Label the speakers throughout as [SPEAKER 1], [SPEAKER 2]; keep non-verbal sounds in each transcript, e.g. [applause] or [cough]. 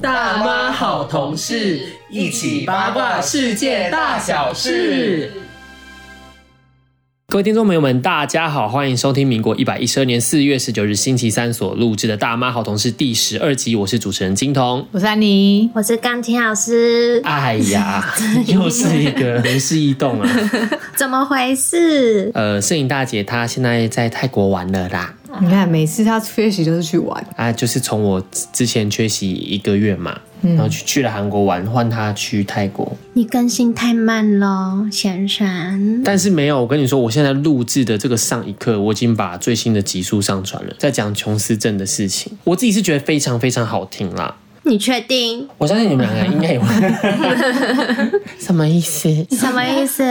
[SPEAKER 1] 大妈好同事，一起八卦世界大小事。
[SPEAKER 2] 各位听众朋友们，大家好，欢迎收听民国一百一十二年四月十九日星期三所录制的《大妈好同事》第十二集，我是主持人金童。
[SPEAKER 3] 我是安妮，
[SPEAKER 4] 我是钢琴老师，
[SPEAKER 2] 哎呀， [laughs] [laughs] 又是一个人事异动啊！
[SPEAKER 4] 怎么回事？
[SPEAKER 2] 呃，摄影大姐她现在在泰国玩了啦，
[SPEAKER 3] 你看每次他缺席就是去玩，
[SPEAKER 2] 啊，就是从我之前缺席一个月嘛，然后去去了韩国玩，换她去泰国，
[SPEAKER 4] 你更新太慢喽，先生。
[SPEAKER 2] 但是没有，我跟你说，我现在录制的这个上一刻，我已经把最新的集数上传了，在讲琼斯镇的事情，我自己是觉得非常非常好听啦。
[SPEAKER 4] 你确定？
[SPEAKER 2] 我相信你们两个应该 [laughs] 有，什么意思？
[SPEAKER 4] 什么
[SPEAKER 2] [laughs]
[SPEAKER 4] 意思？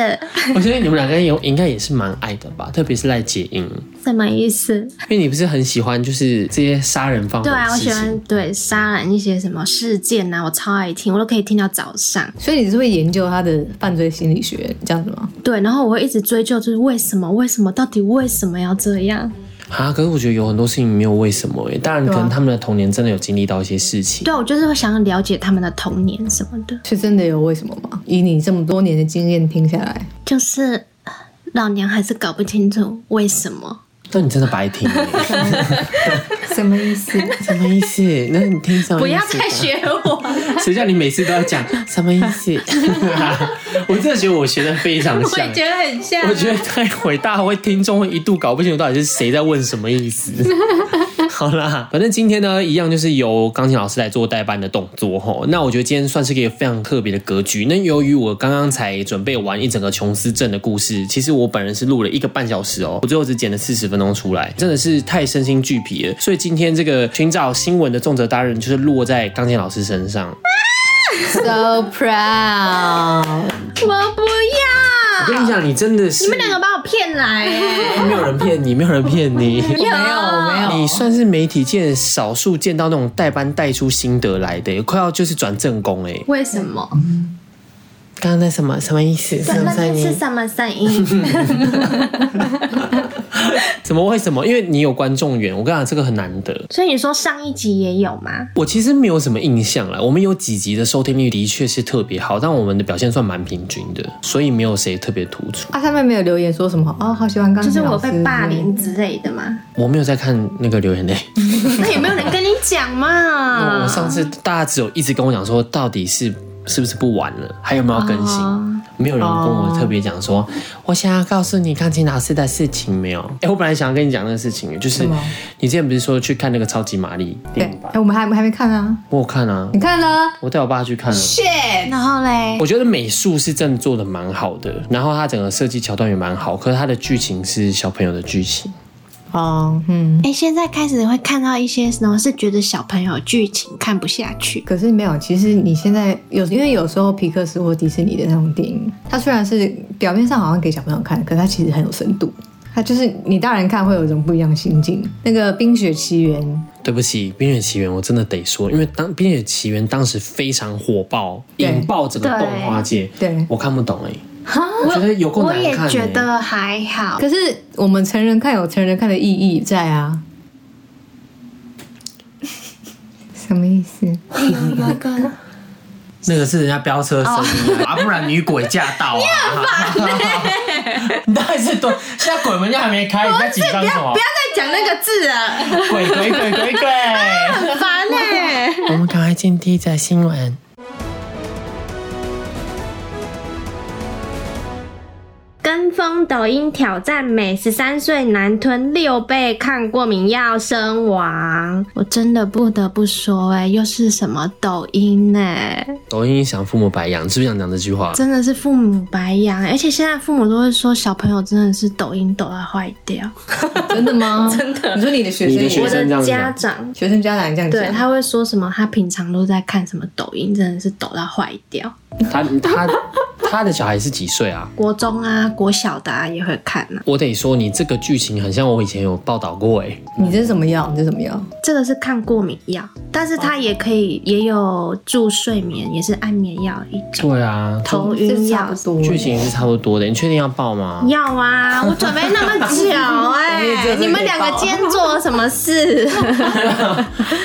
[SPEAKER 2] 我相信你们两个有应该也是蛮爱的吧，特别是赖洁英，
[SPEAKER 4] 什么意思？
[SPEAKER 2] 因为你不是很喜欢就是这些杀人放火
[SPEAKER 4] 对
[SPEAKER 2] 的
[SPEAKER 4] 啊，我
[SPEAKER 2] 事
[SPEAKER 4] 喜
[SPEAKER 2] 情
[SPEAKER 4] 欢。对杀人一些什么事件啊，我超爱听，我都可以听到早上。
[SPEAKER 3] 所以你是会研究他的犯罪心理学这样子吗？
[SPEAKER 4] 对，然后我会一直追究，就是为什么？为什么？到底为什么要这样？
[SPEAKER 2] 啊，可是我觉得有很多事情没有为什么诶，当然可能他们的童年真的有经历到一些事情。
[SPEAKER 4] 对，我就是会想要了解他们的童年什么的，
[SPEAKER 3] 是真的有为什么吗？以你这么多年的经验听下来，
[SPEAKER 4] 就是呃老娘还是搞不清楚为什么。
[SPEAKER 2] 但你真的白听耶，
[SPEAKER 3] [laughs] 什么意思？
[SPEAKER 2] 什么意思？那你听什么意思？
[SPEAKER 4] 不要再学
[SPEAKER 2] [laughs]
[SPEAKER 4] 我，
[SPEAKER 2] 谁叫你每次都要讲什么意思？ [laughs] 我真的觉得我学的非常
[SPEAKER 4] 我
[SPEAKER 2] 像
[SPEAKER 4] 也。觉得很像啊。
[SPEAKER 2] [laughs] 我觉得太伟大，会听众会一度搞不清楚到底是谁在问什么意
[SPEAKER 4] [laughs]
[SPEAKER 2] 思。好啦，反正今天呢，一样就是由钢琴老师来做代班的动作吼。那我觉得今天算是一个非常特别的格局。那由于我刚刚才准备完一整个琼斯镇的故事，其实我本人是录了一个半小时哦，我最后只剪了四十分钟出来，真的是太身心俱疲了。所以今天这个寻找新闻的重责大任就是落在钢琴老师身上。
[SPEAKER 3] So proud！
[SPEAKER 4] 我不要，
[SPEAKER 2] 我跟你讲，你真的是哎
[SPEAKER 4] 你们两个把我骗 [laughs] 来、欸，
[SPEAKER 2] 没有人骗你，没有人骗你。
[SPEAKER 3] 没有没有，
[SPEAKER 2] 你算是媒体界少数见到那种代班带出心得来的，快要就是转正宫哎。
[SPEAKER 4] 为什么？
[SPEAKER 2] 刚刚那什么什么意思？什么
[SPEAKER 4] 那
[SPEAKER 2] 声
[SPEAKER 4] 天是
[SPEAKER 2] 音？
[SPEAKER 4] 什么声音？
[SPEAKER 2] [laughs] 怎么为什么？因为你有观众缘，我跟你讲这个很难得。
[SPEAKER 4] 所以你说上一集也有吗？
[SPEAKER 2] 我其实没有什么印象啦，我们有几集的收听率的确是特别好，但我们的表现算蛮平均的，所以没有谁特别突出。
[SPEAKER 3] 啊，上面没有留言说什么哦，好喜欢钢
[SPEAKER 4] 就
[SPEAKER 3] 琴
[SPEAKER 4] 是
[SPEAKER 3] 老
[SPEAKER 4] 我
[SPEAKER 3] 师
[SPEAKER 4] 被霸凌之类的吗？
[SPEAKER 2] 我没有在看那个留言嘞、
[SPEAKER 4] 那有没有人跟你讲嘛？
[SPEAKER 2] 嗯我上次大家只有一直跟我讲说，到底是是不是不玩了，还有没有更新？
[SPEAKER 4] 哦
[SPEAKER 2] 没有人跟我特别讲说，我想要告诉你钢琴老师的事情没有？哎、我本来想要跟你讲那个事情，就是
[SPEAKER 3] 什么
[SPEAKER 2] 你之前不是说去看那个超级玛丽电
[SPEAKER 3] 对
[SPEAKER 2] 影，版
[SPEAKER 3] 哎、？我们还还没看啊，
[SPEAKER 2] 我有看啊
[SPEAKER 3] 你，看了
[SPEAKER 2] 我带我爸去看了。啊
[SPEAKER 3] ？Shit！
[SPEAKER 4] 然后嘞，
[SPEAKER 2] 我觉得美术是真的做的蛮好的，然后它整个设计桥段也蛮好，可是它的剧情是小朋友的剧情。
[SPEAKER 3] 哦，嗯，
[SPEAKER 4] 哎、现在开始会看到一些什么是觉得小朋友剧情看不下去，
[SPEAKER 3] 可是没有，其实你现在有，因为有时候皮克斯或迪士尼的那种电影，它虽然是表面上好像给小朋友看，可它其实很有深度。它就是你大人看会有一种不一样的心境。那个《冰雪奇缘》，
[SPEAKER 2] 对不起，《冰雪奇缘》我真的得说，因为当《冰雪奇缘》当时非常火爆，
[SPEAKER 3] 对
[SPEAKER 2] 引爆整个动画界，
[SPEAKER 3] 对
[SPEAKER 2] 我看不懂哎、我觉得有够
[SPEAKER 4] 我
[SPEAKER 2] 难
[SPEAKER 4] 也
[SPEAKER 2] 看、欸。
[SPEAKER 4] 觉得还好。
[SPEAKER 3] 可是我们成人看有成人看的意义在啊。
[SPEAKER 4] [laughs]
[SPEAKER 3] 什么意思？
[SPEAKER 4] 有一个
[SPEAKER 2] 那个是人家飙车声音
[SPEAKER 4] 哦
[SPEAKER 2] 啊，啊不然女鬼驾到啊！
[SPEAKER 4] 欸
[SPEAKER 2] 你 [laughs] 到底是多？现在鬼门又还没开，你在紧张什么？
[SPEAKER 4] 再讲那个字啊，
[SPEAKER 2] 鬼鬼鬼鬼
[SPEAKER 4] [laughs]
[SPEAKER 2] 鬼！
[SPEAKER 4] 很烦哎、
[SPEAKER 2] 我们赶快进第一则新闻。
[SPEAKER 4] [laughs] 跟风抖音挑战美十三岁男吞六倍抗过敏药身亡，我真的不得不说、哎，又是什么抖音呢、
[SPEAKER 2] 抖音想父母白养，是不是想讲这句话？
[SPEAKER 4] 真的是父母白养，而且现在父母都会说小朋友真的是抖音抖到坏掉。
[SPEAKER 3] 真的 [laughs] 吗？真的？你说你的学生
[SPEAKER 2] 你的
[SPEAKER 3] 也，
[SPEAKER 2] 学
[SPEAKER 4] 我
[SPEAKER 2] 生这样
[SPEAKER 4] 的
[SPEAKER 2] 子啊
[SPEAKER 4] 家长
[SPEAKER 3] 学生家长这样
[SPEAKER 4] 对
[SPEAKER 3] 讲，
[SPEAKER 4] 他会说什么？他平常都在看什么抖音，真的是抖到坏掉。
[SPEAKER 2] 他他他的小孩是几岁啊？
[SPEAKER 4] 国中啊，国小的啊也会看啊。
[SPEAKER 2] 我得说，你这个剧情很像我以前有报道过哎、
[SPEAKER 3] 你这是什么药？你这是什么药？
[SPEAKER 4] 这个是抗过敏药，但是它也可以也有助睡眠，也是安眠药一种，
[SPEAKER 2] 对啊，
[SPEAKER 4] 头
[SPEAKER 3] 这
[SPEAKER 4] 晕药
[SPEAKER 3] 差不。多。
[SPEAKER 2] 剧情是差不多的，你确定要报吗？
[SPEAKER 4] 要啊，我准备那么久哎、
[SPEAKER 3] 只有这
[SPEAKER 4] 你们
[SPEAKER 3] 可以
[SPEAKER 4] 两个
[SPEAKER 3] 报
[SPEAKER 4] 今天做了什么事？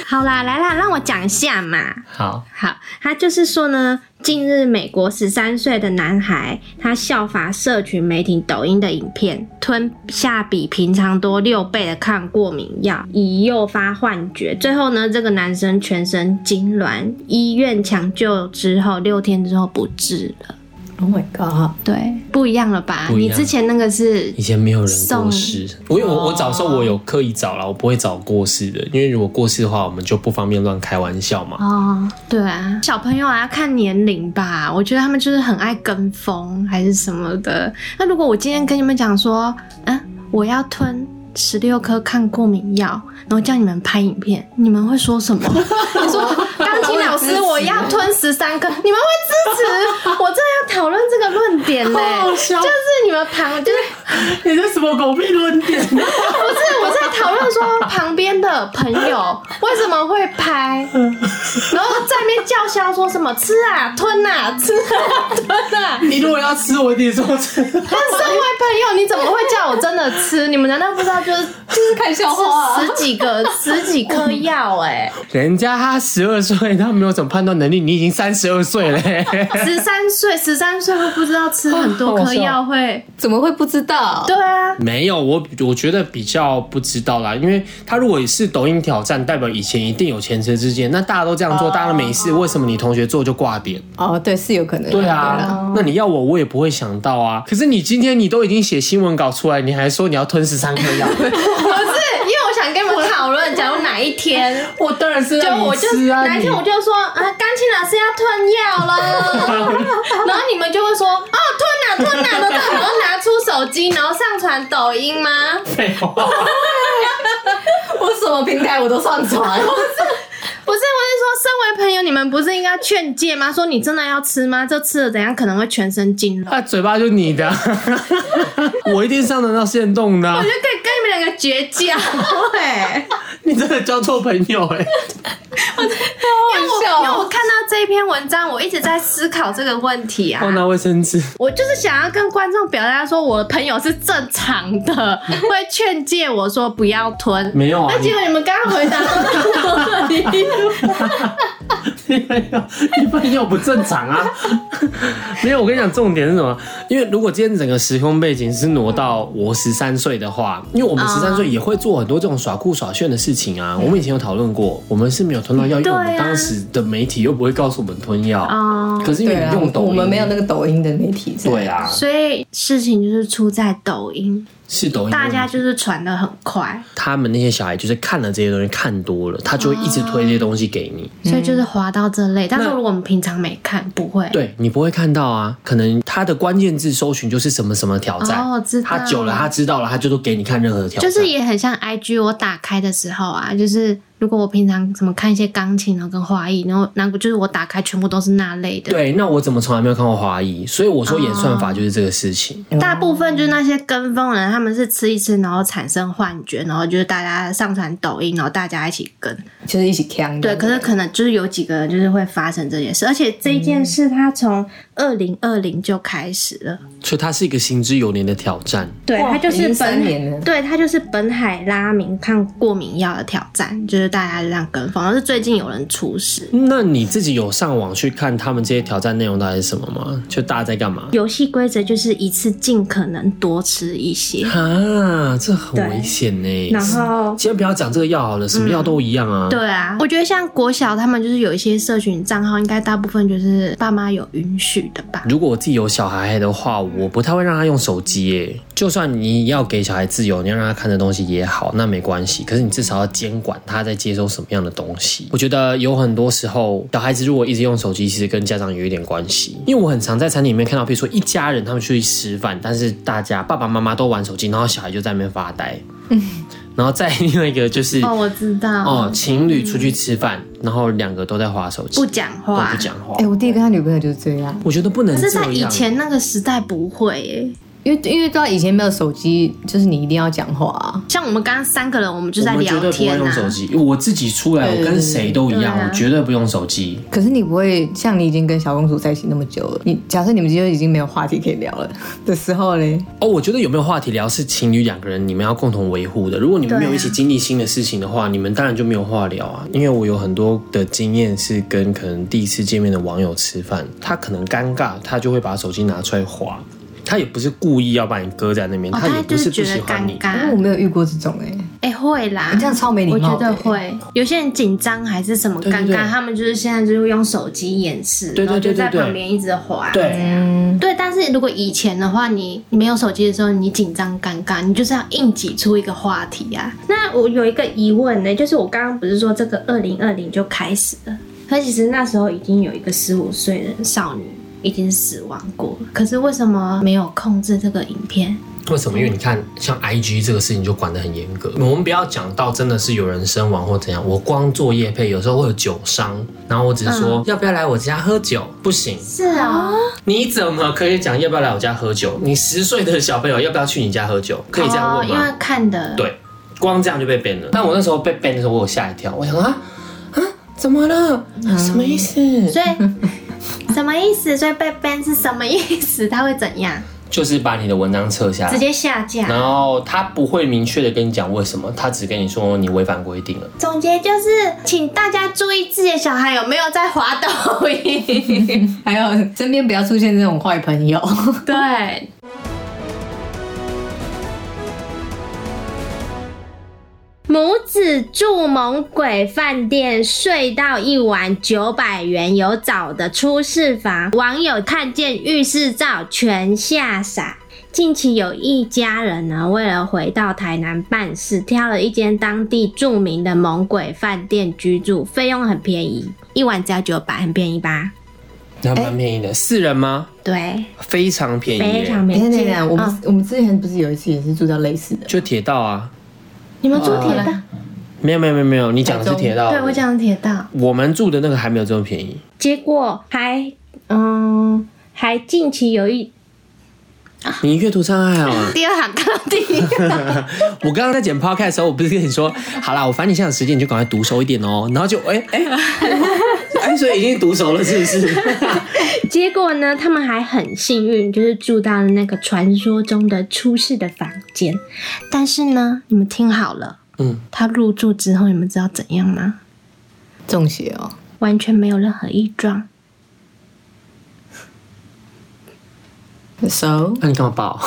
[SPEAKER 4] 好啦，来啦，让我讲一下嘛。
[SPEAKER 2] 好，
[SPEAKER 4] 好，他就是说呢，近日美国十三岁的男孩，他效法社群媒体抖音的影片，吞下比平常多六倍的抗过敏药，以诱发幻觉。最后呢，这个男生全身痉挛，医院抢救之后六天之后不治了。
[SPEAKER 3] Oh my god！
[SPEAKER 4] 对，不一样了吧？
[SPEAKER 2] 不一
[SPEAKER 4] 你
[SPEAKER 2] 样
[SPEAKER 4] 之前那个是
[SPEAKER 2] 以前没有人
[SPEAKER 4] 送
[SPEAKER 2] 过世，我我我找的时候我有刻意找了，我不会找过世的，因为如果过世的话，我们就不方便乱开玩笑嘛。
[SPEAKER 4] 哦，对啊，小朋友啊，看年龄吧。我觉得他们就是很爱跟风还是什么的。那如果我今天跟你们讲说，嗯，我要吞十六颗抗过敏药，然后叫你们拍影片，你们会说什么？ [laughs] 你说钢琴老师，我要吞十三颗，你们会支持？我正要讨论这个论点呢、
[SPEAKER 1] 好笑
[SPEAKER 4] 就是你们旁就是。
[SPEAKER 1] [laughs] 你这什么狗屁论点？
[SPEAKER 4] 不是，我在讨论说旁边的朋友为什么会
[SPEAKER 1] [laughs]
[SPEAKER 4] 拍，然后在那边叫嚣说什么吃啊、吞啊、吃啊、吞啊。
[SPEAKER 1] 你如果要吃，我一定说吃。
[SPEAKER 4] 但身为朋友，你怎么会叫我真的吃？你们难道不知道就是
[SPEAKER 3] 就是看笑
[SPEAKER 4] 吃十几个、十几颗药、哎
[SPEAKER 2] 人家他十二岁，他没有什么判断能力，你已经三十二岁了、欸 [laughs]
[SPEAKER 4] 哎，十三岁，十三岁会不知道吃很
[SPEAKER 1] 啊
[SPEAKER 4] 多颗药会？
[SPEAKER 3] 怎么会不知道？
[SPEAKER 4] 对啊，
[SPEAKER 2] 没有，我我觉得比较不知道啦，因为他如果是抖音挑战，代表以前一定有前车之鉴，那大家都这样做，大家都没事，为什么你同学做就挂点？
[SPEAKER 3] 哦，对，是有可能。
[SPEAKER 2] 对啊，那你要我，我也不会想到啊。可是你今天你都已经写新闻稿出来，你还说你要吞十三颗药，
[SPEAKER 4] 不是，因为我想跟你们讨论，假如哪一天
[SPEAKER 1] 我当然是
[SPEAKER 4] 就
[SPEAKER 1] 让
[SPEAKER 4] 我
[SPEAKER 1] 你
[SPEAKER 4] 就
[SPEAKER 1] 吃啊！
[SPEAKER 4] 哪一
[SPEAKER 1] 你
[SPEAKER 4] 天我就说啊，钢琴老师
[SPEAKER 1] [laughs]
[SPEAKER 4] 要吞药了，然后你们就会说哦，吞哪吞哪的，然后拿出手机，然后上传抖音吗？
[SPEAKER 2] 废话，
[SPEAKER 1] [laughs]
[SPEAKER 3] 我什么平台我都上传。
[SPEAKER 4] 不是，我是说，身为朋友，你们不是应该劝诫吗？说你真的要吃吗？这吃了怎样可能会全身痉挛？
[SPEAKER 2] 那嘴巴就你
[SPEAKER 1] 啊
[SPEAKER 2] 的， [laughs] 我一定上得到线动的
[SPEAKER 1] [laughs]
[SPEAKER 2] 啊、
[SPEAKER 4] 我就可以跟你们两个绝 [laughs] 交哎、
[SPEAKER 2] 你真的交错朋友哎、
[SPEAKER 4] 因为
[SPEAKER 3] 笑
[SPEAKER 4] 我因为我看到这一篇文章，我一直在思考这个问题啊。
[SPEAKER 3] 哦
[SPEAKER 2] 帮我拿卫生 [laughs] 纸。
[SPEAKER 4] 我就是想要跟观众表达说，我的朋友是正常的，会劝诫我说不要吞。
[SPEAKER 2] [laughs] 没有啊
[SPEAKER 4] 那结果你们刚刚回答都到哪里？
[SPEAKER 2] 你朋友，你朋友不正常啊！没有，我跟你讲，重点是什么？因为如果今天整个时空背景是挪到我十三岁的话，因为我们
[SPEAKER 4] 啊
[SPEAKER 2] 十三岁也会做很多这种耍酷耍炫的事情啊。我们以前有讨论过，我们是没有吞到药，因为
[SPEAKER 4] 对啊
[SPEAKER 2] 我们当时的媒体又不会告诉我们吞药。
[SPEAKER 4] 哦，
[SPEAKER 2] 可是因为
[SPEAKER 3] 对
[SPEAKER 2] 你
[SPEAKER 3] 啊，
[SPEAKER 2] 用抖音，
[SPEAKER 3] 我们没有那个抖音的媒体。
[SPEAKER 2] 对，啊，
[SPEAKER 4] 所以事情就是出在抖音，
[SPEAKER 2] 是抖音。
[SPEAKER 4] 大家就是传的很快，
[SPEAKER 2] 他们那些小孩就是看了这些东西看多了，他就会一直推这些东西给你。
[SPEAKER 4] 所以就是滑到这类。但是如果我们平常没看，不会。
[SPEAKER 2] 对你不会看到啊，可能他的关键字搜寻就是什么什么挑战，
[SPEAKER 4] 哦知道
[SPEAKER 2] 他久了他知道了，他就都给你看任何挑
[SPEAKER 4] 就
[SPEAKER 2] 战，
[SPEAKER 4] 是也很像 IG，我打开的时候啊，就是如果我平常怎么看一些钢琴，然后跟花艺，然后那个就是我打开全部都是那类的。
[SPEAKER 2] 对。那我怎么从来没有看过华裔？所以我说演算法就是这个事情。
[SPEAKER 4] 大部分就是那些跟风人，他们是吃一吃，然后产生幻觉，然后就是大家上传抖音，然后大家一起跟。
[SPEAKER 3] 就是一起呛。
[SPEAKER 4] 对，可是可能就是有几个人就是会发生这件事，而且这一件事它从二零二零就开始了。
[SPEAKER 2] 所以它是一个行之有年的挑战。
[SPEAKER 4] 对，
[SPEAKER 3] 哇
[SPEAKER 4] 它就
[SPEAKER 3] 已
[SPEAKER 4] 是
[SPEAKER 3] 经
[SPEAKER 4] 本
[SPEAKER 3] 三年了
[SPEAKER 4] 对，它就是本海拉明抗过敏药的挑战，就是大家这样跟风，而是最近有人出事。
[SPEAKER 2] 那你自己有上网去看他们这些挑战内容到底是什么吗？就大家在干嘛？
[SPEAKER 4] 游戏规则就是一次尽可能多吃一些，
[SPEAKER 2] 啊，这很
[SPEAKER 4] 对
[SPEAKER 2] 危险呢、
[SPEAKER 4] 然后
[SPEAKER 2] 先不要讲这个药好了，什么药都一样啊。
[SPEAKER 4] 嗯对啊，我觉得像国小他们就是有一些社群账号，应该大部分就是爸妈有允许的吧。
[SPEAKER 2] 如果我自己有小孩的话，我不太会让他用手机耶。就算你要给小孩自由，你要让他看的东西也好，那没关系。可是你至少要监管他在接收什么样的东西。我觉得有很多时候，小孩子如果一直用手机，其实跟家长有一点关系。因为我很常在餐厅里面看到，比如说一家人他们出去吃饭，但是大家爸爸妈妈都玩手机，然后小孩就在那边发呆。然后再另外一个就是
[SPEAKER 4] 嗯哦，我知道，
[SPEAKER 2] 嗯哦，情侣出去吃饭，然后两个都在划手机，
[SPEAKER 4] 不讲
[SPEAKER 2] 都
[SPEAKER 4] 话
[SPEAKER 2] 不。讲话
[SPEAKER 3] 哎、。我弟跟他女朋友就是这样。
[SPEAKER 2] 我觉得不能
[SPEAKER 4] 可
[SPEAKER 2] 这
[SPEAKER 4] 是
[SPEAKER 2] 样。
[SPEAKER 4] 在以前那个时代不会耶、
[SPEAKER 3] 因为因为到以前没有手机，就是你一定要讲话啊。
[SPEAKER 4] 像我们刚刚三个人，我们就
[SPEAKER 2] 我
[SPEAKER 4] 在
[SPEAKER 2] 们绝
[SPEAKER 4] 聊
[SPEAKER 2] 对不会
[SPEAKER 4] 天
[SPEAKER 2] 用
[SPEAKER 4] 啊。
[SPEAKER 2] 手机，我自己出来，我跟谁都一样，
[SPEAKER 4] 对啊
[SPEAKER 2] 我绝对不用手机。
[SPEAKER 3] 可是你不会像你已经跟小公主在一起那么久了，你假设你们今天已经没有话题可以聊了 [laughs] 的时候嘞，
[SPEAKER 2] 哦，我觉得有没有话题聊是情侣两个人你们要共同维护的。如果你们
[SPEAKER 4] 对啊
[SPEAKER 2] 没有一起经历新的事情的话，你们当然就没有话聊啊。因为我有很多的经验是跟可能第一次见面的网友吃饭，他可能尴尬，他就会把手机拿出来划，他也不是故意要把你搁在那边，
[SPEAKER 4] 哦，
[SPEAKER 2] 也
[SPEAKER 4] 他
[SPEAKER 2] 不
[SPEAKER 4] 就是是
[SPEAKER 2] 不
[SPEAKER 4] 觉
[SPEAKER 2] 喜
[SPEAKER 4] 得
[SPEAKER 2] 欢
[SPEAKER 4] 尴
[SPEAKER 2] 你。哦
[SPEAKER 3] 因为我
[SPEAKER 4] 尬。
[SPEAKER 3] 没有遇过这种哎、
[SPEAKER 4] 哎、会啦，
[SPEAKER 3] 你这样超没礼
[SPEAKER 4] 我
[SPEAKER 3] 貌的
[SPEAKER 4] 觉得会，有些人紧张还是什么尴尬，
[SPEAKER 2] 对对对
[SPEAKER 4] 他们就是现在就是用手机掩饰，
[SPEAKER 2] 对对对
[SPEAKER 4] 然后就在
[SPEAKER 2] 对对对
[SPEAKER 4] 旁边一直滑。
[SPEAKER 2] 对，
[SPEAKER 3] 嗯，
[SPEAKER 4] 对，但是如果以前的话，你没有手机的时候，你紧张尴尬，你就是要硬挤出一个话题啊。那我有一个疑问呢，就是我刚刚不是说这个二零二零就开始了，可其实那时候已经有一个十五岁的少女已经死亡过了，可是为什么没有控制这个影片？
[SPEAKER 2] 为什么？因为你看，像 I G 这个事情就管得很严格。我们不要讲到真的是有人身亡或怎样，我光做业配有时候会有酒商，然后我只是
[SPEAKER 4] 嗯
[SPEAKER 2] 说、要不要来我家喝酒，不行，
[SPEAKER 4] 是啊、
[SPEAKER 2] 你怎么可以讲要不要来我家喝酒？你十岁的小朋友要不要去你家喝酒？可以这样
[SPEAKER 4] 哦，
[SPEAKER 2] 问
[SPEAKER 4] 因为
[SPEAKER 2] 吗？
[SPEAKER 4] 看的
[SPEAKER 2] 对，光这样就被 ban 了。但我那时候被 ban 的时候，我有吓一跳，我想说啊啊，怎么了？
[SPEAKER 4] 嗯
[SPEAKER 2] 什么意思？
[SPEAKER 4] 所以 [laughs] 什么意思？所以被 ban 是什么意思？他会怎样？
[SPEAKER 2] 就是把你的文章撤下
[SPEAKER 4] 直
[SPEAKER 2] 来。
[SPEAKER 4] 接下架？
[SPEAKER 2] 然后他不会明确的跟你讲为什么，他只跟你说你违反规定了。
[SPEAKER 4] 总结就是，请大家注意自己的小孩有没有在滑抖音。
[SPEAKER 3] 还有身边不要出现这种坏朋
[SPEAKER 2] [laughs]
[SPEAKER 3] 友。
[SPEAKER 4] 对，母子住猛鬼饭店，睡到一晚九百元，有找的出事房，网友看见浴室照全吓傻。近期有一家人呢，为了回到台南办事，挑了一间当地著名的猛鬼饭店居住，费用很便宜，一晚只要九百，很便宜吧？
[SPEAKER 2] 那蛮便宜的，哎四人吗？
[SPEAKER 4] 对，
[SPEAKER 2] 非常便宜耶，
[SPEAKER 4] 非常
[SPEAKER 3] 等一
[SPEAKER 4] 便
[SPEAKER 3] 下
[SPEAKER 4] 宜。
[SPEAKER 3] 等一下，我们、
[SPEAKER 4] 嗯
[SPEAKER 3] 我们之前不是有一次也是住到类似的，
[SPEAKER 2] 就铁道啊。
[SPEAKER 4] 你们住铁道？
[SPEAKER 2] 没有没有没有没有，你讲的是铁道。
[SPEAKER 4] 对我，讲铁道，
[SPEAKER 2] 我们住的那个还没有这么便宜。
[SPEAKER 4] 哦结果还嗯还近期有一
[SPEAKER 2] 你阅读障碍
[SPEAKER 4] [laughs]
[SPEAKER 2] 啊？
[SPEAKER 4] 第二行看到第一行， [laughs]
[SPEAKER 2] 我刚刚在剪 podcast 的时候，我不是跟你说，好啦，我烦你现在有时间，你就赶快读熟一点哦。然后就哎
[SPEAKER 4] [laughs]
[SPEAKER 2] 哎哎，所以已经读熟了，是不是？
[SPEAKER 4] 结果呢他们还很幸运，就是住到了那个传说中的出事的房间。但是呢，你们听好了，
[SPEAKER 2] 嗯，
[SPEAKER 4] 他入住之后，你们知道怎样吗？
[SPEAKER 3] 中邪哦，
[SPEAKER 4] 完全没有任何异状，
[SPEAKER 3] 熟、so,，
[SPEAKER 2] 啊那你干嘛抱？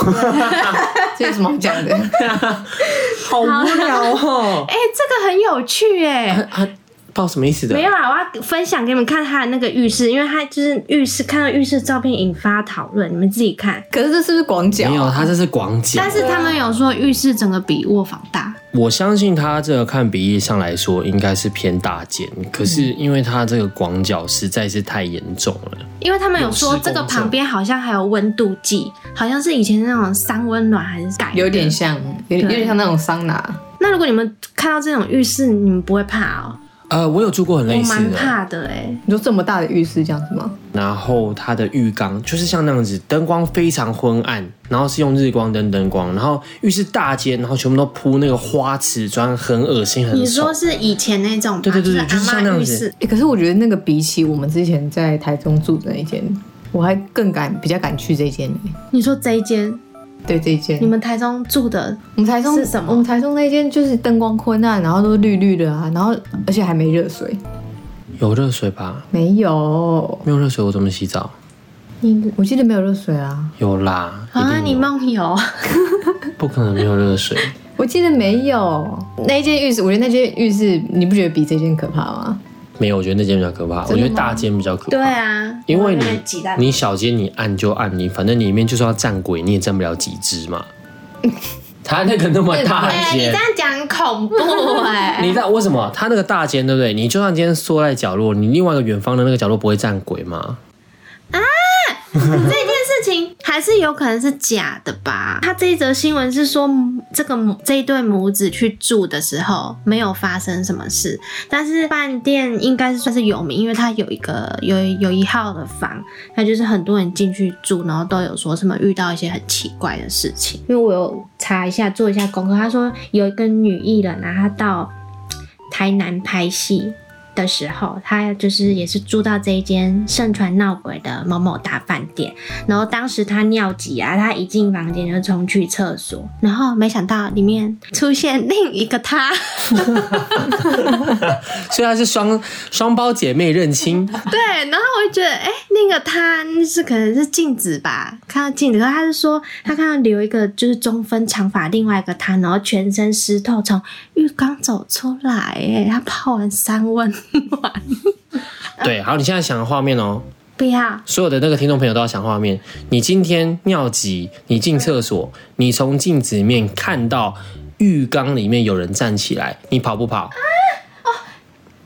[SPEAKER 4] [laughs]
[SPEAKER 3] 这有什么好讲
[SPEAKER 2] [laughs]
[SPEAKER 3] 的？
[SPEAKER 2] 好无聊
[SPEAKER 1] 啊
[SPEAKER 2] 哦。
[SPEAKER 4] 哎、这个很有趣哎、
[SPEAKER 2] 啊，抱什么意思的？
[SPEAKER 4] [laughs] 没有啦，我要分享给你们看他的那个浴室，因为他就是浴室看到浴室照片引发讨论，你们自己看。
[SPEAKER 3] 可是这是不是广角？
[SPEAKER 2] 没有，他这是广角。
[SPEAKER 4] 但是他们有说浴室整个比卧房大，
[SPEAKER 2] 我相信他这个看比例上来说，应该是偏大间，可
[SPEAKER 4] 嗯
[SPEAKER 2] 是因为他这个广角实在是太严重了。
[SPEAKER 4] 因为他们有说这个旁边好像还有温度计，好像是以前那种三温暖还是改的
[SPEAKER 3] 有点。像，有有点像那种桑拿。
[SPEAKER 4] 那如果你们看到这种浴室，你们不会怕哦？
[SPEAKER 2] 呃，我有住过很
[SPEAKER 4] 我
[SPEAKER 2] 类似
[SPEAKER 4] 蛮
[SPEAKER 2] 的，
[SPEAKER 4] 怕的哎、
[SPEAKER 3] 你说这么大的浴室这样子吗？
[SPEAKER 2] 然后它的浴缸就是像那样子，灯光非常昏暗，然后是用日光灯灯光，然后浴室大间，然后全部都铺那个花瓷砖，很恶心，很
[SPEAKER 4] 你
[SPEAKER 2] 丑
[SPEAKER 4] 说。是以前那种吧，
[SPEAKER 2] 对对对
[SPEAKER 4] 就是
[SPEAKER 2] 就是
[SPEAKER 4] 阿
[SPEAKER 2] 像那
[SPEAKER 4] 妈
[SPEAKER 2] 样
[SPEAKER 4] 浴
[SPEAKER 2] 子
[SPEAKER 4] 室，
[SPEAKER 3] 欸可是我觉得那个比起我们之前在台中住的那一间，我还更敢比较敢去这间、欸。
[SPEAKER 4] 你说这一间，
[SPEAKER 3] 对这一间
[SPEAKER 4] 你，们台中住的
[SPEAKER 3] 我们台中
[SPEAKER 4] 是什么
[SPEAKER 3] 我们台中那间就是灯光昏暗，然后都绿绿的啊，然后而且还没热水，
[SPEAKER 2] 有热水吧？
[SPEAKER 3] 没有，
[SPEAKER 2] 没有热水我怎么洗澡？
[SPEAKER 3] 你我记得没有热水啊，
[SPEAKER 2] 有啦，一
[SPEAKER 4] 啊，
[SPEAKER 2] 定
[SPEAKER 4] 你
[SPEAKER 2] 有
[SPEAKER 4] 梦游， [laughs]
[SPEAKER 2] 不可能没有热水。
[SPEAKER 4] 啊
[SPEAKER 3] 我记得没有那一间浴室，我觉得那间浴室你不觉得比这间可怕吗？
[SPEAKER 2] 没有，我觉得那间比较可怕，我觉得大间比较可怕。
[SPEAKER 4] 对啊，
[SPEAKER 2] 因为
[SPEAKER 4] 我那
[SPEAKER 2] 你
[SPEAKER 4] 个挤在
[SPEAKER 2] 你小间你按就按，你反正里面就算要站鬼，你也站不了几只
[SPEAKER 4] [laughs]
[SPEAKER 2] 嘛。他那个那么大
[SPEAKER 4] 哎、你
[SPEAKER 2] 间
[SPEAKER 4] 这，样讲很恐怖哎、
[SPEAKER 2] 你知道为什么？他那个大间对不对？你就算今天缩在角落，你另外一个远方的那个角落不会站鬼吗？
[SPEAKER 4] 这件事情还是有可能是假的吧？他这一则新闻是说，这个母这一对母子去住的时候没有发生什么事，但是饭店应该是算是有名，因为它有一个有有一号的房，它就是很多人进去住，然后都有说什么遇到一些很奇怪的事情。因为我有查一下，做一下功课，他说有一个女艺人啊，她到台南拍戏的时候，她就是也是住到这一间盛传闹鬼的某某大饭店，然后当时她尿急啊，她一进房间就冲去厕所，然后没想到里面出现另一个她。
[SPEAKER 2] 所以她是双双胞姐妹认亲，
[SPEAKER 4] [laughs] 对，然后我就觉得，哎、那个他那是可能是镜子吧，看到镜子，可是他是说他看到留一个就是中分长发，另外一个他，然后全身湿透从浴缸走出来，哎，他泡完三温暖，
[SPEAKER 2] 对，好，你现在想画面哦，
[SPEAKER 4] 不要，
[SPEAKER 2] 所有的那个听众朋友都要想画面。你今天尿急，你进厕所，你从镜子里面看到浴缸里面有人站起来，你跑不跑？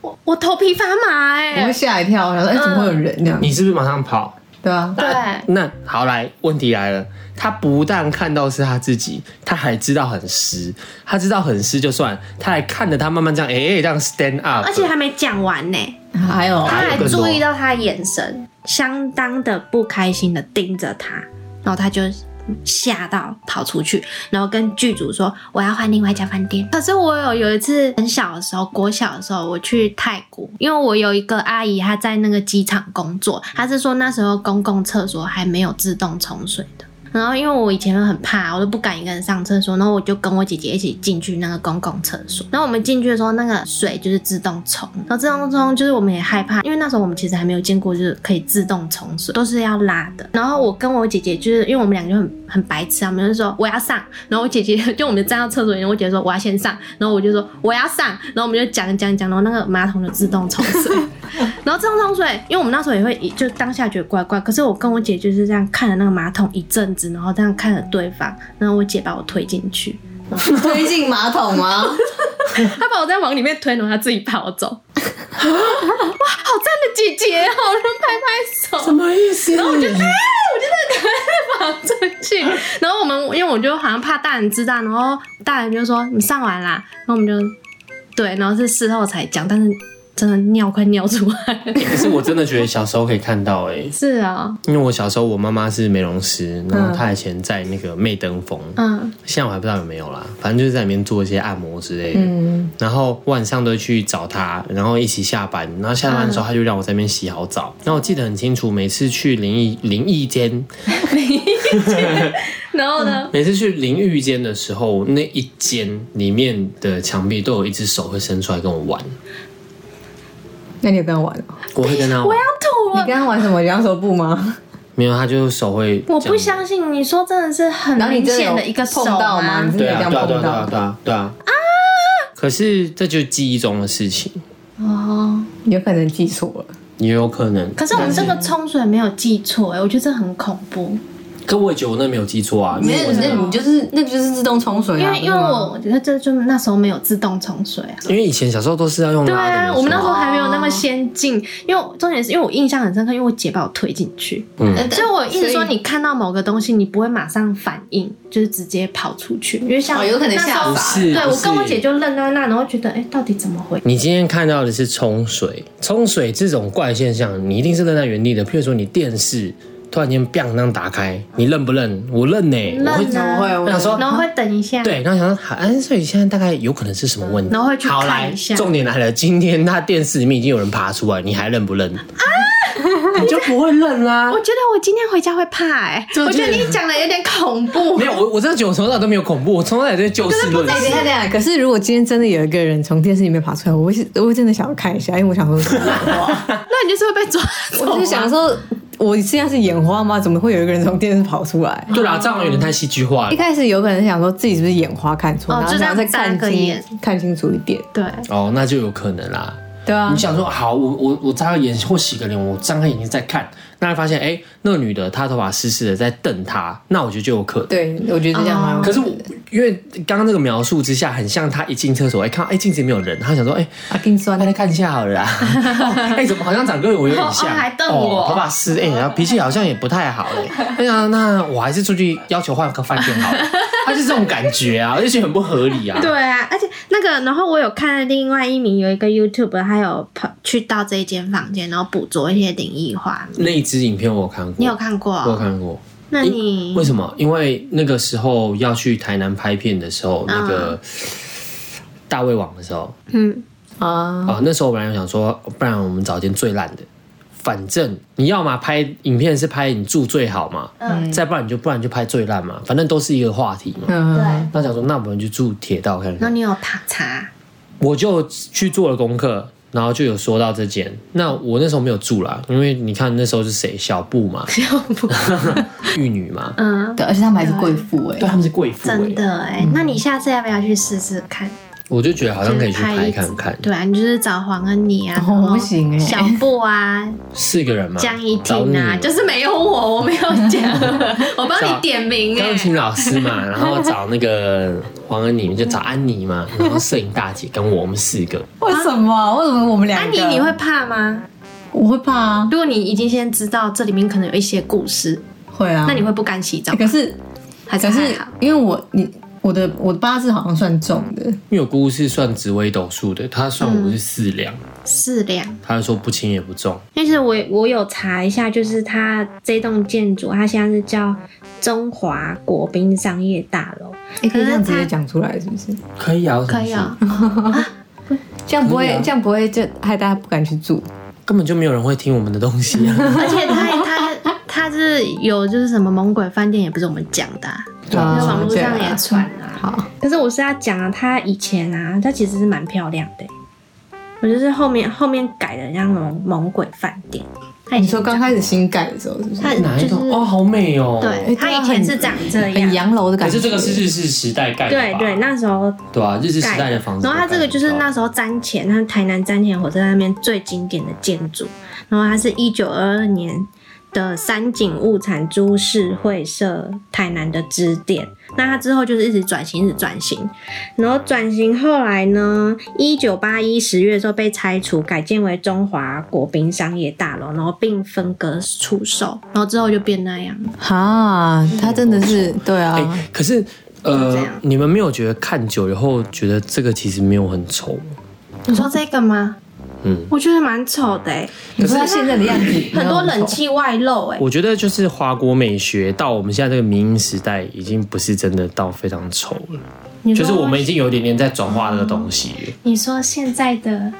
[SPEAKER 4] 我我头皮发麻、
[SPEAKER 3] 我会
[SPEAKER 4] 哎，
[SPEAKER 3] 吓一跳，然后哎、怎么会有人这样？
[SPEAKER 2] 你是不是马上跑？
[SPEAKER 3] 对啊，
[SPEAKER 4] 对。
[SPEAKER 2] 那好来，问题来了，他不但看到是他自己，他还知道很湿，他知道很湿就算，他还看着他慢慢这样，哎、这样 stand up，
[SPEAKER 4] 而且还没讲完呢、
[SPEAKER 3] 还有
[SPEAKER 4] 他
[SPEAKER 2] 还有
[SPEAKER 4] 还
[SPEAKER 2] 更多
[SPEAKER 4] 注意到他的眼神，相当的不开心的盯着他，然后他就吓到跑出去，然后跟剧组说我要换另外一家饭店。可是我有有一次很小的时候，国小的时候，我去泰国，因为我有一个阿姨她在那个机场工作，她是说那时候公共厕所还没有自动冲水的。然后因为我以前都很怕，我都不敢一个人上厕所，然后我就跟我姐姐一起进去那个公共厕所。然后我们进去的时候，那个水就是自动冲，然后自动冲就是我们也害怕，因为那时候我们其实还没有见过就是可以自动冲水，都是要拉的。然后我跟我姐姐就是因为我们两个就很很白痴啊，我们就说我要上，然后我姐姐 [laughs] 就我们站到厕所里面，我姐姐说我要先上，然后我就说我要上，然后我们就讲讲讲，然后那个马桶就自动冲水。然后自动冲水，因为我们那时候也会一就当下觉得怪怪，可是我跟我姐就是这样看着那个马桶一阵子，然后这样看着对方，然后我姐把我推进去，
[SPEAKER 3] [laughs] 推进马桶吗？
[SPEAKER 4] 她把我再往里面推，然后她自己跑走。哇，好赞的姐姐哦！我就拍拍手，
[SPEAKER 2] 么意思？然后我就
[SPEAKER 4] 跑出去。然后我们因为我就好像怕大人知道，然后大人就说你上完啦，然后我们就对，然后是事后才讲，但是真的尿快尿出来了。
[SPEAKER 2] 可是我真的觉得小时候可以看到哎、
[SPEAKER 4] 是啊、
[SPEAKER 2] 因为我小时候我妈妈是美容师，然后她以前在那个媚登峰，
[SPEAKER 4] 嗯，
[SPEAKER 2] 现在我还不知道有没有啦，反正就是在里面做一些按摩之类的。
[SPEAKER 3] 嗯，
[SPEAKER 2] 然后晚上都会去找他，然后一起下班。然后下班的
[SPEAKER 4] 嗯
[SPEAKER 2] 时候，他就让我在那边洗好澡。然后我记得很清楚，每次去淋浴淋浴间，
[SPEAKER 4] 然后呢？
[SPEAKER 2] 每次去淋浴间的时候，那一间里面的墙壁都有一只手会伸出来跟我玩，
[SPEAKER 3] [laughs] 那你有跟他玩、哦？
[SPEAKER 2] 我会跟他
[SPEAKER 4] 哎
[SPEAKER 2] 玩。
[SPEAKER 4] 吐
[SPEAKER 3] 你跟他玩什么？两手布吗？
[SPEAKER 2] 没有，他就手会这样。
[SPEAKER 4] 我不相信，你说真的是很
[SPEAKER 3] [laughs] 然后你
[SPEAKER 4] 明
[SPEAKER 3] 真的有
[SPEAKER 4] 显的一个手
[SPEAKER 3] 碰到吗？你
[SPEAKER 2] 对
[SPEAKER 3] 真的有这
[SPEAKER 2] 啊，
[SPEAKER 3] 样
[SPEAKER 2] 对啊，对啊，
[SPEAKER 3] 碰
[SPEAKER 2] 对
[SPEAKER 3] 到？
[SPEAKER 2] 啊，对啊，对啊。可是这就是记忆中的事情，
[SPEAKER 4] 哦，
[SPEAKER 3] 有可能记错了。
[SPEAKER 2] 也有可能。
[SPEAKER 4] 可是我们这个冲水没有记错，哎，我觉得这很恐怖，
[SPEAKER 2] 可我也觉得我那没有记错啊，因为我
[SPEAKER 3] 那你就是那就是自动冲水啊
[SPEAKER 4] 因为因为我我觉得这就那时候没有自动冲水啊。
[SPEAKER 2] 因为以前小时候都是要用
[SPEAKER 4] 对
[SPEAKER 2] 拉的。
[SPEAKER 4] 啊，
[SPEAKER 2] 没
[SPEAKER 4] 我们那
[SPEAKER 2] 错
[SPEAKER 4] 时候还没有那么先进，因为我重点是因为我印象很深刻，因为我姐把我推进去，呃
[SPEAKER 2] 嗯
[SPEAKER 4] 所以我一直说
[SPEAKER 3] 所以
[SPEAKER 4] 你看到某个东西，你不会马上反应，就是直接跑出去，因为像
[SPEAKER 3] 哦有可能
[SPEAKER 4] 那时
[SPEAKER 3] 吓
[SPEAKER 4] 候
[SPEAKER 2] 不
[SPEAKER 3] 傻
[SPEAKER 2] 是，
[SPEAKER 4] 对
[SPEAKER 2] 不
[SPEAKER 4] 我
[SPEAKER 2] 是
[SPEAKER 4] 跟我姐就愣在那，然后觉得哎，到底怎么回？
[SPEAKER 2] 你今天看到的是冲水，冲水这种怪现象，你一定是愣在原地的。譬如说，你电视突然间 biang 那样打开，你愣不愣？我愣呢、我会
[SPEAKER 4] 愣啊，
[SPEAKER 3] 会
[SPEAKER 2] 我想说
[SPEAKER 4] 然后会等一下，
[SPEAKER 2] 对，然后想说，哎，所以现在大概有可能是什么问题？
[SPEAKER 4] 然后会去
[SPEAKER 2] 好
[SPEAKER 4] 看
[SPEAKER 2] 来
[SPEAKER 4] 一下
[SPEAKER 2] 重点来了，今天他电视里面已经有人爬出来，你还愣不愣？啊， [laughs] 你就不会愣啦、
[SPEAKER 4] 我觉得我今天回家会怕哎、
[SPEAKER 2] 啊就
[SPEAKER 4] 我觉得
[SPEAKER 2] 就
[SPEAKER 4] 你讲的有点恐怖
[SPEAKER 2] 没。有，我我真的觉得我从小都没有恐怖，我从小也对就事论
[SPEAKER 3] 哎，等一
[SPEAKER 2] 事。
[SPEAKER 3] 下，等一下。可是如果今天真的有一个人从电视里面爬出来，我会我会真的想要看一下，因为我想说，
[SPEAKER 4] [laughs] 那你就是会被抓
[SPEAKER 3] 我
[SPEAKER 4] 走啊
[SPEAKER 3] 就想说，我现在是眼花吗？怎么会有一个人从电视跑出
[SPEAKER 4] [laughs]
[SPEAKER 3] 来？
[SPEAKER 2] 对啦，这样有点太戏剧化了。
[SPEAKER 3] 一开始有可能想说自己是不是眼花看错，
[SPEAKER 4] 哦
[SPEAKER 3] 然后
[SPEAKER 4] 就这
[SPEAKER 3] 想
[SPEAKER 4] 样
[SPEAKER 3] 要再
[SPEAKER 4] 眨
[SPEAKER 3] 看
[SPEAKER 4] 个
[SPEAKER 3] 清
[SPEAKER 4] 眼
[SPEAKER 3] 看清楚一点，
[SPEAKER 4] 对，
[SPEAKER 2] 哦，那就有可能啦。
[SPEAKER 3] 对
[SPEAKER 4] 嗯
[SPEAKER 3] 啊
[SPEAKER 2] 你，想说好，我我我眨个眼或洗个脸，我张开眼睛再看，那发现哎、诶那个女的她头发湿湿的在瞪他，那我觉得就有可能。
[SPEAKER 4] 啊
[SPEAKER 3] 对，我觉得这样蛮有
[SPEAKER 2] 可
[SPEAKER 3] 能
[SPEAKER 2] 是我因为刚刚那个描述之下，很像他一进厕所，哎、看到哎镜子里面有人，他想说，哎、
[SPEAKER 3] 阿金酸
[SPEAKER 2] 那来看一下好了啦。哦 [laughs] 哎、怎么好像长跟我有点像？
[SPEAKER 4] [laughs] 哦还瞪
[SPEAKER 2] 哦
[SPEAKER 4] 我
[SPEAKER 2] 头发湿，哎、然后脾气好像也不太好、哎。
[SPEAKER 4] [laughs]
[SPEAKER 2] 对啊，那我还是出去要求换个饭店好了。 [laughs] 他是这种感觉啊，我就觉得很不合理啊。
[SPEAKER 4] 对啊，而且那个，然后我有看另外一名有一个 YouTube，他有跑去到这一间房间，然后捕捉一些灵异画面。
[SPEAKER 2] 那一支影片我有看过，
[SPEAKER 4] 你有看嗯过？
[SPEAKER 2] 我有看过。
[SPEAKER 4] 那你
[SPEAKER 2] 为什么？因为那个时候要去台南拍片的时候，
[SPEAKER 4] 嗯
[SPEAKER 2] 那个大胃王的时候
[SPEAKER 4] 嗯，
[SPEAKER 3] 啊，
[SPEAKER 2] 啊，那时候我本来想说，不然我们找一间最烂的，反正你要嘛拍影片是拍你住最好嘛，
[SPEAKER 4] 嗯
[SPEAKER 2] 再不然你就不然就拍最烂嘛，反正都是一个话题嘛。
[SPEAKER 3] 嗯，
[SPEAKER 4] 对
[SPEAKER 2] 那想说，那我们就住铁道看
[SPEAKER 4] 然
[SPEAKER 2] 看
[SPEAKER 4] 后。你有塔查，
[SPEAKER 2] 我就去做了功课，然后就有说到这间。那我那时候没有住啦，因为你看那时候是谁，小布
[SPEAKER 4] [laughs]
[SPEAKER 2] 嘛，小布 [laughs] 玉女嘛，
[SPEAKER 4] 嗯，
[SPEAKER 3] 对，而且他们还是贵妇哎
[SPEAKER 2] 对，，他们是贵妇、欸，
[SPEAKER 4] 真的哎、那你下次要不要去试试看？
[SPEAKER 2] 我就觉得好像可以去
[SPEAKER 4] 就是
[SPEAKER 2] 拍
[SPEAKER 4] 一
[SPEAKER 2] 看看，
[SPEAKER 4] 对啊，你就是找黄恩妮啊，
[SPEAKER 3] 哦
[SPEAKER 4] 然后
[SPEAKER 3] 不行欸
[SPEAKER 4] 小布啊，
[SPEAKER 2] 四个人嘛，
[SPEAKER 4] 江一
[SPEAKER 2] 找
[SPEAKER 4] 婷啊，
[SPEAKER 2] 你
[SPEAKER 4] 就是没有我，我没有讲，
[SPEAKER 2] [laughs]
[SPEAKER 4] 我帮你点名哎、
[SPEAKER 2] 钢琴老师
[SPEAKER 4] [laughs]
[SPEAKER 2] 嘛，然后找那个黄恩妮，就找安妮嘛，然后摄影大姐跟我我们四个，
[SPEAKER 3] 为什么？为什么我们两
[SPEAKER 4] 安
[SPEAKER 3] 个？
[SPEAKER 4] 妮，你会怕吗？
[SPEAKER 3] 我会怕啊，
[SPEAKER 4] 如果你已经先知道这里面可能有一些故事，
[SPEAKER 3] 会啊。
[SPEAKER 4] 那你会不敢洗澡
[SPEAKER 3] 欸？可是
[SPEAKER 4] 还是
[SPEAKER 3] 可
[SPEAKER 4] 还
[SPEAKER 3] 是
[SPEAKER 4] 好？
[SPEAKER 3] 因为我你我的我的八字好像算重的，
[SPEAKER 2] 因为我姑姑是算紫微斗数的，她算我是四两，
[SPEAKER 4] 嗯适量。
[SPEAKER 2] 她就说不轻也不重，
[SPEAKER 4] 但是我我有查一下，就是它这栋建筑，它现在是叫中华国宾商业大楼，
[SPEAKER 3] 你可以这样直
[SPEAKER 4] 可是
[SPEAKER 3] 接
[SPEAKER 4] 他
[SPEAKER 3] 讲出来是不是？
[SPEAKER 2] 可以啊，
[SPEAKER 4] 可以
[SPEAKER 2] 啊
[SPEAKER 4] 啊、，
[SPEAKER 3] 这样不会
[SPEAKER 2] 可以啊
[SPEAKER 3] 这样不会就害大家不敢去住。
[SPEAKER 2] 根本就没有人会听我们的东西啊，
[SPEAKER 4] 而且它它它是有就是什么猛鬼饭店，也不是我们讲的、啊，
[SPEAKER 2] 对
[SPEAKER 4] 因
[SPEAKER 2] 啊
[SPEAKER 4] 为
[SPEAKER 3] 啊
[SPEAKER 4] 网络上
[SPEAKER 3] 对啊
[SPEAKER 4] 也传啊。
[SPEAKER 3] 好，
[SPEAKER 4] 可是我是要讲啊，它以前啊，它其实是蛮漂亮的、我就是后面后面改的，像猛猛鬼饭店。它以前
[SPEAKER 3] 你说刚
[SPEAKER 4] 长
[SPEAKER 3] 开始新盖的时候是不是？
[SPEAKER 4] 它
[SPEAKER 2] 哪
[SPEAKER 4] 就
[SPEAKER 2] 一
[SPEAKER 4] 是
[SPEAKER 2] 种？哦，好美哦，哎啊
[SPEAKER 4] 对，
[SPEAKER 3] 哎
[SPEAKER 4] 它
[SPEAKER 3] 对啊
[SPEAKER 4] 以前是长这
[SPEAKER 3] 很
[SPEAKER 4] 样。
[SPEAKER 3] 洋楼的感
[SPEAKER 2] 可
[SPEAKER 3] 觉。
[SPEAKER 2] 是这个是日式时代盖的
[SPEAKER 4] 对
[SPEAKER 2] 吧，
[SPEAKER 4] 对，那时候
[SPEAKER 2] 对啊，日式时代的房子，
[SPEAKER 4] 然后它这个就是那时候瞻前，它台南瞻前火车站那边最经典的建筑。然后它是一九二二年的三井物产株式会社台南的支店。那它之后就是一直转型，一直转型。然后转型后来呢，一九八一十月的时候被拆除，改建为中华国宾商业大楼，然后并分割出售。然后之后就变那样。
[SPEAKER 3] 哈，它真的是对啊
[SPEAKER 2] 哎、，可是
[SPEAKER 4] 就
[SPEAKER 2] 呃
[SPEAKER 4] 这样，
[SPEAKER 2] 你们没有觉得看久以后觉得这个其实没有很丑吗？
[SPEAKER 4] 你说这个吗？
[SPEAKER 2] 嗯，
[SPEAKER 4] 我觉得蛮丑的、欸，
[SPEAKER 3] 你说它现在的样子
[SPEAKER 4] 很多
[SPEAKER 3] 没有
[SPEAKER 4] 冷
[SPEAKER 3] 丑，
[SPEAKER 4] 气外露、欸，
[SPEAKER 2] 我觉得就是华国美学到我们现在这个民音时代，已经不是真的到非常丑了，
[SPEAKER 4] 你
[SPEAKER 2] 就
[SPEAKER 4] 说
[SPEAKER 2] 是我们已经有一点点在转化这个东西了。
[SPEAKER 4] 你说现在的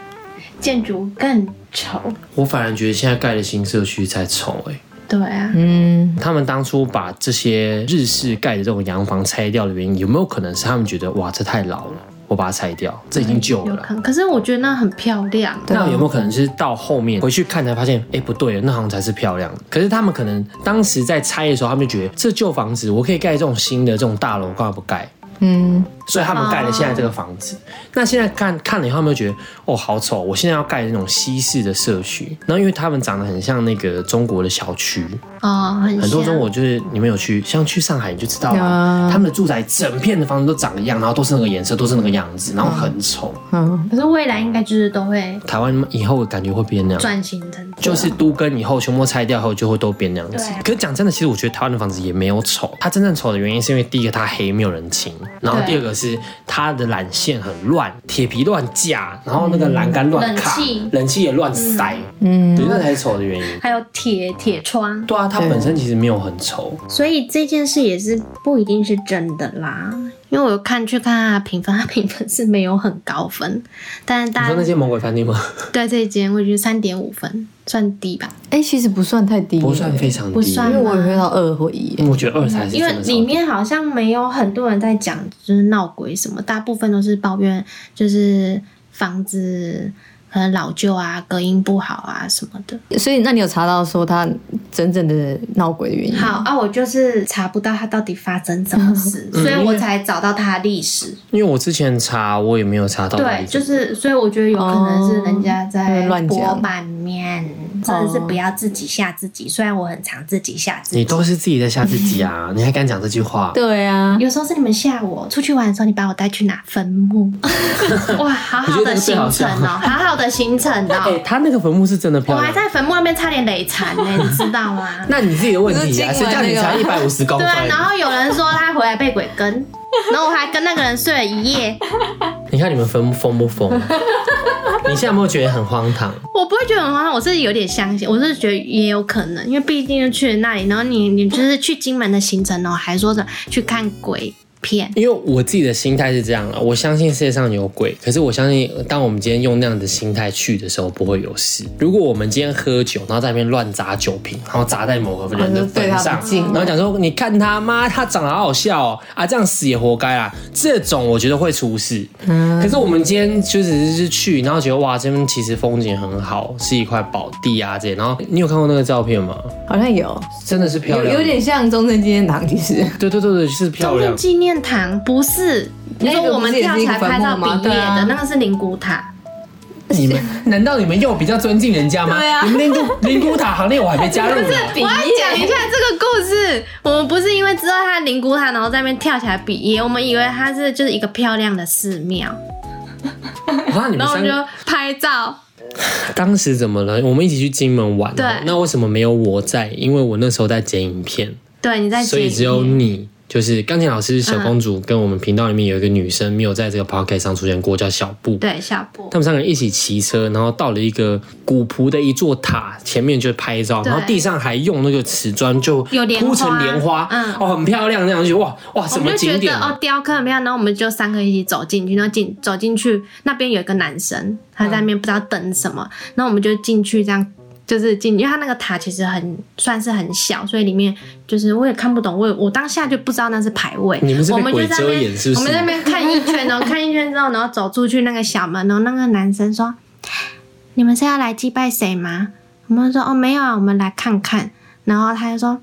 [SPEAKER 4] 建筑更丑，
[SPEAKER 2] 我反而觉得现在盖的新社区才丑哎、
[SPEAKER 4] 对啊，
[SPEAKER 3] 嗯，
[SPEAKER 2] 他们当初把这些日式盖的这种洋房拆掉的原因，有没有可能是他们觉得哇这太老了，我把它拆掉，这已经旧
[SPEAKER 4] 有
[SPEAKER 2] 了？
[SPEAKER 4] 可能。可是我觉得那很漂亮，
[SPEAKER 3] 对啊
[SPEAKER 2] 那有没有可能是到后面回去看才发现，哎、不对，那好像才是漂亮的。可是他们可能当时在拆的时候，他们就觉得这旧房子我可以盖这种新的这种大楼，我干嘛不盖？
[SPEAKER 3] 嗯，
[SPEAKER 2] 所以他们盖了现在这个房子。那现在看看了以后，他们就觉得哦好丑，我现在要盖那种西式的社区。然后因为他们长得很像那个中国的小区，
[SPEAKER 4] 哦，很
[SPEAKER 2] 很多
[SPEAKER 4] 像
[SPEAKER 2] 中国就是你们有去，像去上海你就知道啊
[SPEAKER 3] 啊，
[SPEAKER 2] 他们的住宅整片的房子都长一样，然后都是那个颜色，都是那个样子，然后很丑。
[SPEAKER 3] 嗯，
[SPEAKER 4] 可是未来应该就是都会
[SPEAKER 2] 台湾以后感觉会变那样。
[SPEAKER 4] 转型成这样
[SPEAKER 2] 就是都跟以后全部拆掉后就会都变那样子
[SPEAKER 4] 对啊。
[SPEAKER 2] 可是讲真的，其实我觉得台湾的房子也没有丑，它真正丑的原因是因为第一个它黑没有人清，然后
[SPEAKER 4] 对
[SPEAKER 2] 第二个是它的缆线很乱，铁皮乱架，然后那个栏杆乱卡
[SPEAKER 4] 冷气，
[SPEAKER 2] 冷气也乱塞，
[SPEAKER 3] 嗯
[SPEAKER 2] 对，那才是丑的原因。
[SPEAKER 4] 还有铁铁窗，
[SPEAKER 2] 对啊，它本身其实没有很丑，
[SPEAKER 4] 所以这件事也是不一定是真的啦。因为我有看去看它的评分，它评分是没有很高分，但是
[SPEAKER 2] 你
[SPEAKER 4] 大
[SPEAKER 2] 说那
[SPEAKER 4] 家
[SPEAKER 2] 间魔鬼饭店吗？
[SPEAKER 4] 对这一间，我觉得三点五分算低吧，
[SPEAKER 3] 哎，其实不算太低，
[SPEAKER 2] 不算非常低，
[SPEAKER 4] 不算
[SPEAKER 3] 因为我有回到二或一耶，
[SPEAKER 2] 嗯我觉得二才是
[SPEAKER 4] 因
[SPEAKER 2] 真的
[SPEAKER 4] 为
[SPEAKER 2] 丑
[SPEAKER 4] 里面好像没有很多人在讲，就是闹鬼什么，大部分都是抱怨，就是房子可能老旧啊，隔音不好啊什么的。
[SPEAKER 3] 所以那你有查到说它真正的闹鬼的原因
[SPEAKER 2] 嗯
[SPEAKER 3] 吗？
[SPEAKER 4] 好啊，我就是查不到它到底发生什么事，
[SPEAKER 2] 嗯
[SPEAKER 4] [laughs] 所以我才找到它的历史。
[SPEAKER 2] 因为我之前查我也没有查到哪
[SPEAKER 4] 对，
[SPEAKER 2] 里
[SPEAKER 4] 就
[SPEAKER 2] 丑，
[SPEAKER 4] 是，所以我觉得有可能是人家
[SPEAKER 3] 哦
[SPEAKER 4] 在
[SPEAKER 3] 乱讲
[SPEAKER 4] 博版面真的
[SPEAKER 2] 哦
[SPEAKER 4] 是不要自己吓自己。虽然我很常自己吓自
[SPEAKER 2] 你
[SPEAKER 4] 己，
[SPEAKER 2] 都是自己在吓自己
[SPEAKER 4] [laughs]
[SPEAKER 2] 啊！你还敢讲这句话？
[SPEAKER 3] 对啊，
[SPEAKER 4] 有时候是你们吓我。出去玩的时候，你把我带去哪坟
[SPEAKER 2] [laughs]
[SPEAKER 4] 墓？哇，好好的行
[SPEAKER 2] 我觉得那
[SPEAKER 4] 程
[SPEAKER 2] 个最好
[SPEAKER 4] 哦，好好的行程
[SPEAKER 2] [laughs] 哎、
[SPEAKER 4] 哦。
[SPEAKER 2] 他那个坟墓是真的
[SPEAKER 4] 我
[SPEAKER 2] 漂
[SPEAKER 4] 还
[SPEAKER 2] 亮。
[SPEAKER 4] 在坟墓那边差点累残呢、你知道吗？
[SPEAKER 2] [laughs] 那你自己的问题啊，
[SPEAKER 3] 你是
[SPEAKER 2] 谁
[SPEAKER 3] 今晚
[SPEAKER 2] 叫
[SPEAKER 3] 那
[SPEAKER 2] 你
[SPEAKER 3] 个
[SPEAKER 2] 才一百五十公
[SPEAKER 4] [laughs] 对啊，
[SPEAKER 2] 分？
[SPEAKER 4] 然后有人说他回来被鬼跟，然后我还跟那个人睡了一夜。
[SPEAKER 2] 你看你们疯疯不疯？ [laughs] 你现在有没有觉得很荒唐？
[SPEAKER 4] 我不会觉得很荒唐，我是有点相信，我是觉得也有可能，因为毕竟就去了那里，然后你你就是去金门的行程哦，还说着去看鬼片，
[SPEAKER 2] 因为我自己的心态是这样了，啊我相信世界上有鬼，可是我相信，当我们今天用那样的心态去的时候，不会有事。如果我们今天喝酒，然后在那边乱砸酒瓶，然后砸在某个人的
[SPEAKER 3] 嗯对
[SPEAKER 2] 坟
[SPEAKER 3] 他
[SPEAKER 2] 上
[SPEAKER 3] 不，敬
[SPEAKER 2] 然后讲说你看他妈，他长得好好笑哦，啊，这样死也活该啊，这种我觉得会出事。
[SPEAKER 3] 嗯
[SPEAKER 2] 可是我们今天就只是去，然后觉得哇，这边其实风景很好，是一块宝地啊这些。然后你有看过那个照片吗？
[SPEAKER 3] 好像有，
[SPEAKER 2] 真的是漂
[SPEAKER 3] 有
[SPEAKER 2] 亮，
[SPEAKER 3] 有点像中正纪念堂，其实。
[SPEAKER 2] 对对对对，是漂
[SPEAKER 4] 中
[SPEAKER 2] 亮
[SPEAKER 4] 正。纪念堂不是。
[SPEAKER 3] 哎
[SPEAKER 4] 你说我们跳起来拍照毕业
[SPEAKER 3] 那个不是也是一个坟墓吗对啊
[SPEAKER 4] 的那个是灵骨塔，
[SPEAKER 2] 你们 [laughs] 难道你们又比较尊敬人家吗？
[SPEAKER 3] 对啊
[SPEAKER 2] 你们灵
[SPEAKER 4] [laughs]
[SPEAKER 2] 骨灵骨塔行列我还没加入呢。
[SPEAKER 4] 我
[SPEAKER 3] 啊
[SPEAKER 4] 要讲一下这个故事。我们不是因为知道它灵骨塔，然后在那边跳起来比耶，我们以为它是就是一个漂亮的寺庙，
[SPEAKER 2] 啊，你们
[SPEAKER 4] 然后我
[SPEAKER 2] 三
[SPEAKER 4] 们就
[SPEAKER 2] 个
[SPEAKER 4] 拍照。
[SPEAKER 2] 当时怎么了？我们一起去金门玩，啊
[SPEAKER 4] 对
[SPEAKER 2] 那为什么没有我在？因为我那时候在剪影片，
[SPEAKER 4] 对，你在
[SPEAKER 2] 所以
[SPEAKER 4] 剪
[SPEAKER 2] 只有
[SPEAKER 4] 影
[SPEAKER 2] 你。就是钢琴老师小公主跟我们频道里面有一个女生没有在这个 podcast 上出现过，叫小布。
[SPEAKER 4] 对小布
[SPEAKER 2] 他，们三个人一起骑车，然后到了一个古朴的一座塔前面就拍照，
[SPEAKER 4] 对
[SPEAKER 2] 然后地上还用那个瓷砖就
[SPEAKER 4] 有莲花
[SPEAKER 2] 铺成莲花，
[SPEAKER 4] 嗯
[SPEAKER 2] 哦，很漂亮，那样就觉得哇哇
[SPEAKER 4] 我
[SPEAKER 2] 什么
[SPEAKER 4] 们就
[SPEAKER 2] 景
[SPEAKER 4] 觉
[SPEAKER 2] 点
[SPEAKER 4] 得
[SPEAKER 2] 啊、
[SPEAKER 4] 哦，雕刻很漂亮，然后我们就三个一起走进去，然后进走进去，那边有一个男生，他在那边不知道等什么，然后我们就进去这样。就是进，因为他那个塔其实很算是很小，所以里面就是我也看不懂，我也我当下就不知道那是牌位。
[SPEAKER 2] 你们是被
[SPEAKER 4] 我们就
[SPEAKER 2] 鬼
[SPEAKER 4] 在那
[SPEAKER 2] 遮
[SPEAKER 4] 边
[SPEAKER 2] 眼是不是
[SPEAKER 4] 我们在那边看一圈， [laughs] 然后看一圈之后，然后走出去那个小门，然哦后那个男生说：“你们是要来祭拜谁吗？”我们就说：“哦，没有啊，我们来看看。”然后他就说：“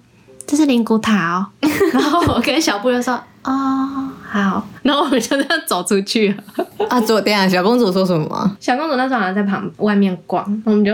[SPEAKER 4] 这是灵骨塔 [laughs] 哦。”然后我跟小布就说：“ [laughs] 哦，好。”然后我们就这样走出去了。
[SPEAKER 3] 啊，昨天啊，小公主说什么啊？
[SPEAKER 4] 小公主那时候好像在旁外面逛，我们就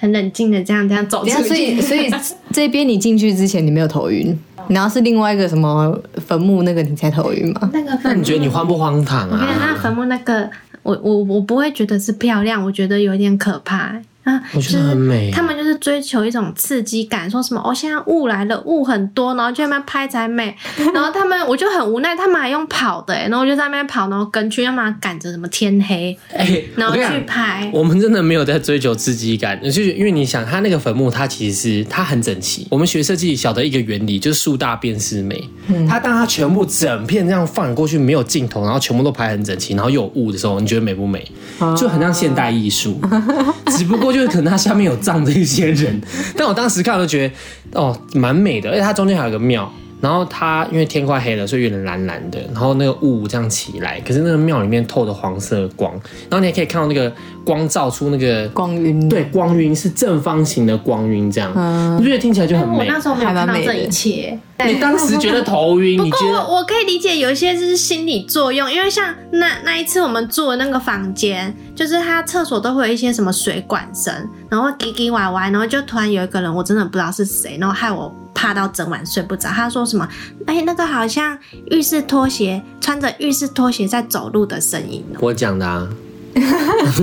[SPEAKER 4] 很冷静的这样这样走
[SPEAKER 3] 等一
[SPEAKER 4] 出
[SPEAKER 3] 下，所
[SPEAKER 4] 去
[SPEAKER 3] 以。所
[SPEAKER 4] [laughs]
[SPEAKER 3] 以这边你进去之前你没有头晕，然后是另外一个什么坟墓那个你才头晕吗？
[SPEAKER 4] 那个
[SPEAKER 2] 那
[SPEAKER 4] 坟
[SPEAKER 2] 你
[SPEAKER 4] 墓，
[SPEAKER 2] 觉得你荒不荒唐
[SPEAKER 4] 我跟你讲，
[SPEAKER 2] 啊？
[SPEAKER 4] 那坟墓那个，我我我不会觉得是漂亮，我觉得有点可怕、欸啊，
[SPEAKER 2] 我觉得很美
[SPEAKER 4] 他们就是追求一种刺激感，说什么哦，现在雾来了，雾很多，然后就在那边拍
[SPEAKER 2] [laughs]
[SPEAKER 4] 才美。然后他们我就很无奈，他们还用跑的、欸，然后我就在那边跑，然后跟去，要么赶着什么天黑，
[SPEAKER 2] 哎、
[SPEAKER 4] 然
[SPEAKER 2] 我
[SPEAKER 4] 后
[SPEAKER 2] 跟你
[SPEAKER 4] 去
[SPEAKER 2] 讲。
[SPEAKER 4] 拍。
[SPEAKER 2] 我们真的没有在追求刺激感，就是因为你想，它那个坟墓它其实是它很整齐。我们学设计晓得一个原理，就是树大便是美。
[SPEAKER 4] 嗯
[SPEAKER 2] 它当它全部整片这样放过去，没有尽头，然后全部都排很整齐，然后又有雾的时候，你觉得美不美？
[SPEAKER 4] 哦
[SPEAKER 2] 就很像现代艺术， [laughs] 只不过就是可能它下面有葬着一些人。 [laughs] 但我当时看我就觉得，哦，蛮美的，而且它中间还有个庙。然后它因为天快黑了，所以有点蓝蓝的，然后那个雾这样起来，可是那个庙里面透的黄色的光，然后你也可以看到那个光照出那个
[SPEAKER 3] 光晕。
[SPEAKER 2] 对，光晕是正方形的光晕，这样，你不觉得听起来就很
[SPEAKER 4] 哦哎我
[SPEAKER 2] 美
[SPEAKER 4] 那？时候没有
[SPEAKER 3] 还
[SPEAKER 4] 看到
[SPEAKER 3] 蛮美
[SPEAKER 4] 这
[SPEAKER 3] 的
[SPEAKER 4] 一切。
[SPEAKER 2] 你当时觉得头晕，你
[SPEAKER 4] 不
[SPEAKER 2] 觉
[SPEAKER 4] 过
[SPEAKER 2] 得
[SPEAKER 4] 我我可以理解有一些就是心理作用，因为像那那一次我们住的那个房间，就是它厕所都会有一些什么水管声，然后叽叽歪歪，然后就突然有一个人，我真的不知道是谁，然后害我怕到整晚睡不着。他说什么？哎、那个好像浴室拖鞋穿着浴室拖鞋在走路的声音哦、
[SPEAKER 2] 我讲的啊，
[SPEAKER 3] 嗯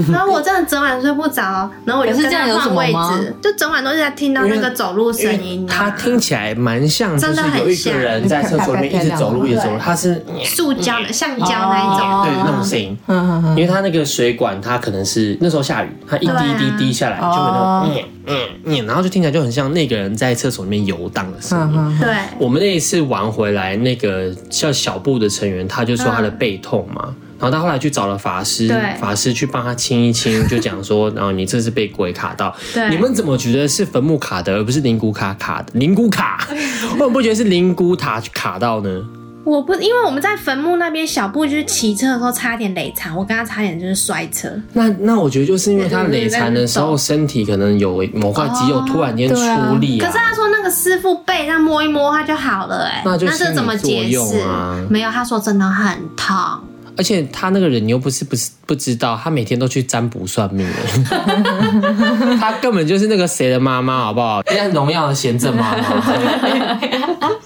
[SPEAKER 4] 然后我真的整晚睡不着，然后我就
[SPEAKER 3] 可是
[SPEAKER 4] 跟
[SPEAKER 3] 这样
[SPEAKER 4] 他
[SPEAKER 3] 有什
[SPEAKER 4] 换
[SPEAKER 3] 么
[SPEAKER 4] 位
[SPEAKER 3] 吗
[SPEAKER 4] 置，就整晚都是在听到那
[SPEAKER 2] 因
[SPEAKER 4] 个
[SPEAKER 2] 为
[SPEAKER 4] 走路声
[SPEAKER 2] 因
[SPEAKER 4] 音、
[SPEAKER 2] 为
[SPEAKER 4] 啊，
[SPEAKER 2] 它听起来蛮像，就
[SPEAKER 4] 真
[SPEAKER 2] 是
[SPEAKER 4] 的很
[SPEAKER 2] 有一个人在厕所里面一直走路，一直走路，它是对
[SPEAKER 4] 塑胶的、橡胶那一种。
[SPEAKER 3] 哦
[SPEAKER 2] 那种声音。
[SPEAKER 3] 嗯
[SPEAKER 2] 因
[SPEAKER 3] 嗯
[SPEAKER 2] 为它那个水管，它可能是那时候下雨，它一滴一滴滴下来，就
[SPEAKER 3] 对啊
[SPEAKER 2] 会那种嗯嗯嗯，然后就听起来就很像那个人在厕所里面游荡的声
[SPEAKER 3] 嗯
[SPEAKER 2] 音。
[SPEAKER 3] 嗯，
[SPEAKER 4] 对，
[SPEAKER 2] 我们那一次玩回来，那个叫小布的成员，他就说他的背痛嘛，
[SPEAKER 3] 嗯
[SPEAKER 2] 然后他后来去找了法师
[SPEAKER 4] 对，
[SPEAKER 2] 法师去帮他清一清，就讲说，然后你这是被鬼卡到，
[SPEAKER 4] 对
[SPEAKER 2] 你们怎么觉得是坟墓卡的，而不是灵骨卡卡的？灵骨
[SPEAKER 3] [laughs]
[SPEAKER 2] 卡，我怎么不觉得是灵骨塔卡到呢？
[SPEAKER 4] 我不，因为我们在坟墓那边，小布就是骑车的时候差点累残，我跟他差点就是摔车。
[SPEAKER 2] 那那我觉得就是因为他累残的时候，身体可能有某块肌肉突然间出力
[SPEAKER 4] 哦可
[SPEAKER 2] 啊
[SPEAKER 4] 是。他说那个师傅背上摸一摸，他就好了、哎，
[SPEAKER 2] 那就
[SPEAKER 4] 这怎么解
[SPEAKER 2] 心理作
[SPEAKER 4] 释
[SPEAKER 2] 用啊？
[SPEAKER 4] 没有，他说真的很痛。
[SPEAKER 2] 而且他那个人你又不是不是不知道，他每天都去占卜算命了， [laughs] 他根本就是那个谁的妈妈，好不好？人家荣耀的贤正妈妈，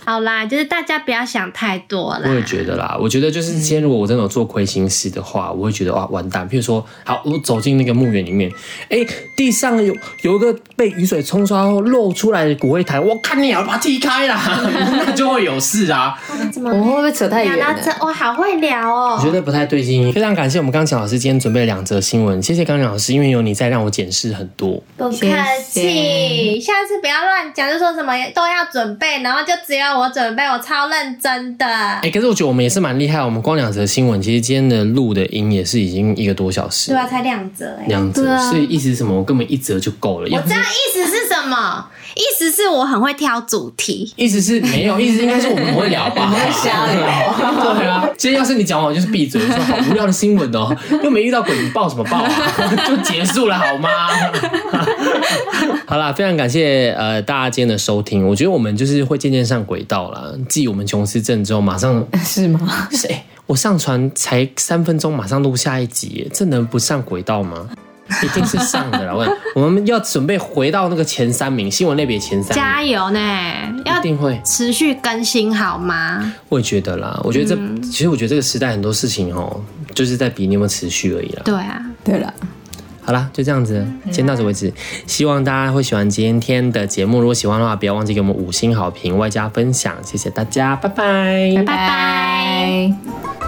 [SPEAKER 4] 好啦，就是大家不要想太多
[SPEAKER 2] [laughs] 我也
[SPEAKER 4] 啦。
[SPEAKER 2] 觉得啦。我觉得就是今天如果我真的有做亏心事的话，我会觉得哇完蛋。譬如说，好，我走进那个墓园里面，哎、地上有有一个被雨水冲刷后露出来的骨灰坛，我看你要把它踢开啦， [laughs] 那就会有事啊。
[SPEAKER 4] 怎
[SPEAKER 3] 嗯我
[SPEAKER 4] 么
[SPEAKER 3] 们会不会扯太
[SPEAKER 4] 聊
[SPEAKER 3] 远
[SPEAKER 4] 到
[SPEAKER 3] 了
[SPEAKER 4] 这？？我好会聊
[SPEAKER 2] 我觉
[SPEAKER 4] 哦。
[SPEAKER 2] 得不太对劲。非常感谢我们钢琴老师今天准备了两则新闻，谢谢钢琴老师，因为有你在让我检视很多。
[SPEAKER 4] 不客气，下次不要乱讲，就说什么都要准备，然后就只有我准备，我超认真的
[SPEAKER 2] 哎、。可是我觉得我们也是蛮厉害，我们光两则新闻，其实今天的录的音也是已经一个多小时
[SPEAKER 4] 对，啊，才两折哎。
[SPEAKER 2] 两
[SPEAKER 5] 对
[SPEAKER 2] 则，
[SPEAKER 5] 啊
[SPEAKER 2] 所以意思是什么？我根本一则就够了。
[SPEAKER 4] 我
[SPEAKER 2] 要
[SPEAKER 4] 知道意思是什么，意思是我很会挑主题。
[SPEAKER 2] 意思是没 [laughs] 有，意思应该是我们会聊吧，我们会
[SPEAKER 3] 瞎
[SPEAKER 2] 聊。对啊，今天要是你讲完，我就是闭嘴，就说好无聊的新闻哦，又没遇到鬼，你报什么报啊？ [laughs] 就结束了好吗？ [laughs] 好啦，非常感谢呃大家今天的收听，我觉得我们就是会渐渐上轨道啦。继我们琼斯镇之后，哦马上
[SPEAKER 3] [laughs] 是吗？
[SPEAKER 2] 是哎、我上传才三分钟，马上录下一集耶，这能不上轨道吗？一定是上的啦。我我们要准备回到那个前三名，新闻类别前三
[SPEAKER 4] 加
[SPEAKER 2] 名，
[SPEAKER 4] 油呢，要
[SPEAKER 2] 一定会。
[SPEAKER 4] 持续更新好吗？
[SPEAKER 2] 我也觉得啦，我觉得这、其实我觉得这个时代很多事情哦，就是在比你有没有持续而已啦。
[SPEAKER 4] 对啊，
[SPEAKER 3] 对了，
[SPEAKER 2] 好啦，就这样子，今天到此为止。希望大家会喜欢今天的节目，如果喜欢的话，不要忘记给我们五星好评，外加分享，谢谢大家，拜拜。
[SPEAKER 4] 拜拜。